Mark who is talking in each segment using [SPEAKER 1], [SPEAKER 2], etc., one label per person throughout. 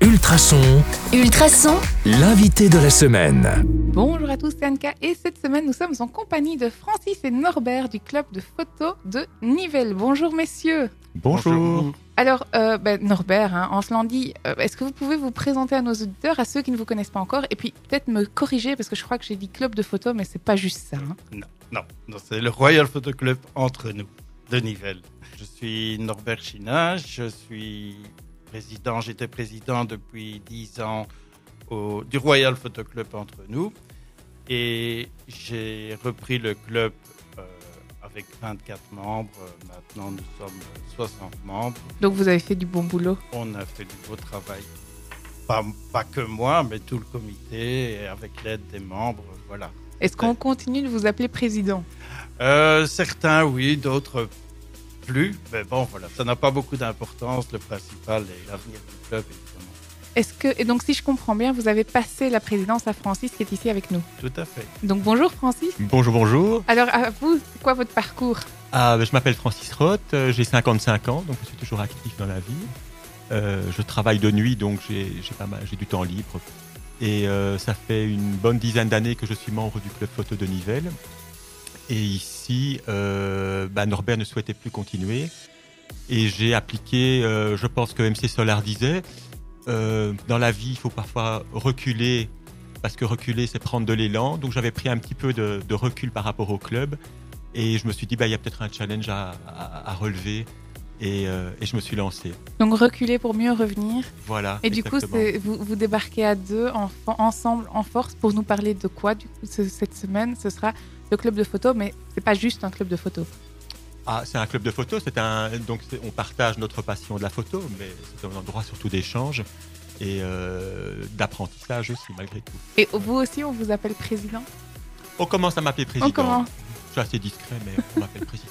[SPEAKER 1] Ultrason,
[SPEAKER 2] Ultrason,
[SPEAKER 1] l'invité de la semaine.
[SPEAKER 3] Bonjour à tous, c'est Anka et cette semaine nous sommes en compagnie de Francis et Norbert du club de photo de Nivelles. Bonjour messieurs.
[SPEAKER 4] Bonjour.
[SPEAKER 3] Alors euh, ben, Norbert, hein, en Flandie, euh, est-ce que vous pouvez vous présenter à nos auditeurs, à ceux qui ne vous connaissent pas encore, et puis peut-être me corriger parce que je crois que j'ai dit club de photo, mais c'est pas juste ça. hein.
[SPEAKER 4] Non, non, c'est le Royal Photo Club entre nous, de Nivelles. Je suis Norbert China, je suis président, j'étais président depuis 10 ans au- du Royal Photo Club entre nous. Et j'ai repris le club euh, avec 24 membres. Maintenant, nous sommes 60 membres.
[SPEAKER 3] Donc vous avez fait du bon boulot.
[SPEAKER 4] On a fait du beau travail. Pas, pas que moi, mais tout le comité, et avec l'aide des membres. Voilà.
[SPEAKER 3] Est-ce qu'on continue de vous appeler président
[SPEAKER 4] Euh, certains oui, d'autres plus. Mais bon, voilà, ça n'a pas beaucoup d'importance. Le principal est l'avenir du club, évidemment.
[SPEAKER 3] Est-ce que et donc si je comprends bien, vous avez passé la présidence à Francis qui est ici avec nous.
[SPEAKER 4] Tout à fait.
[SPEAKER 3] Donc bonjour Francis.
[SPEAKER 5] Bonjour, bonjour.
[SPEAKER 3] Alors à vous, c'est quoi votre parcours
[SPEAKER 5] Ah, ben, je m'appelle Francis Roth, euh, j'ai 55 ans, donc je suis toujours actif dans la vie. Euh, je travaille de nuit, donc j'ai j'ai pas mal- j'ai du temps libre. Et euh, ça fait une bonne dizaine d'années que je suis membre du club photo de Nivelles. Et ici, euh, ben, Norbert ne souhaitait plus continuer. Et j'ai appliqué, euh, je pense que MC Solar disait, euh, dans la vie, il faut parfois reculer, parce que reculer, c'est prendre de l'élan. Donc j'avais pris un petit peu de- de recul par rapport au club. Et je me suis dit, bah, il y a peut-être un challenge à, à- à relever. Et, euh, et je me suis lancé.
[SPEAKER 3] Donc reculer pour mieux revenir.
[SPEAKER 5] Voilà.
[SPEAKER 3] Et du coup,
[SPEAKER 5] exactement.
[SPEAKER 3] c'est- vous, vous débarquez à deux, en- ensemble, en force, pour nous parler de quoi du coup, ce- cette semaine Ce sera le club de photo, mais c'est pas juste un club de photo.
[SPEAKER 5] Ah, c'est un club de photo. C'est un donc c'est- on partage notre passion de la photo, mais c'est un endroit surtout d'échange et euh, d'apprentissage aussi malgré tout.
[SPEAKER 3] Et vous aussi, on vous appelle président Oh,
[SPEAKER 5] On commence à m'appeler président.
[SPEAKER 3] On commence.
[SPEAKER 5] Je suis assez discret, mais on m'appelle président.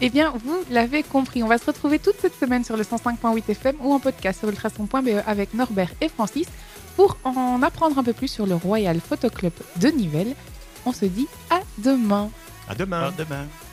[SPEAKER 3] Eh bien, vous l'avez compris, on va se retrouver toute cette semaine sur le 105.8 FM ou en podcast sur ultrason.be E avec Norbert et Francis pour en apprendre un peu plus sur le Royal Photo Club de Nivelles. On se dit à demain
[SPEAKER 5] À demain.
[SPEAKER 4] À demain.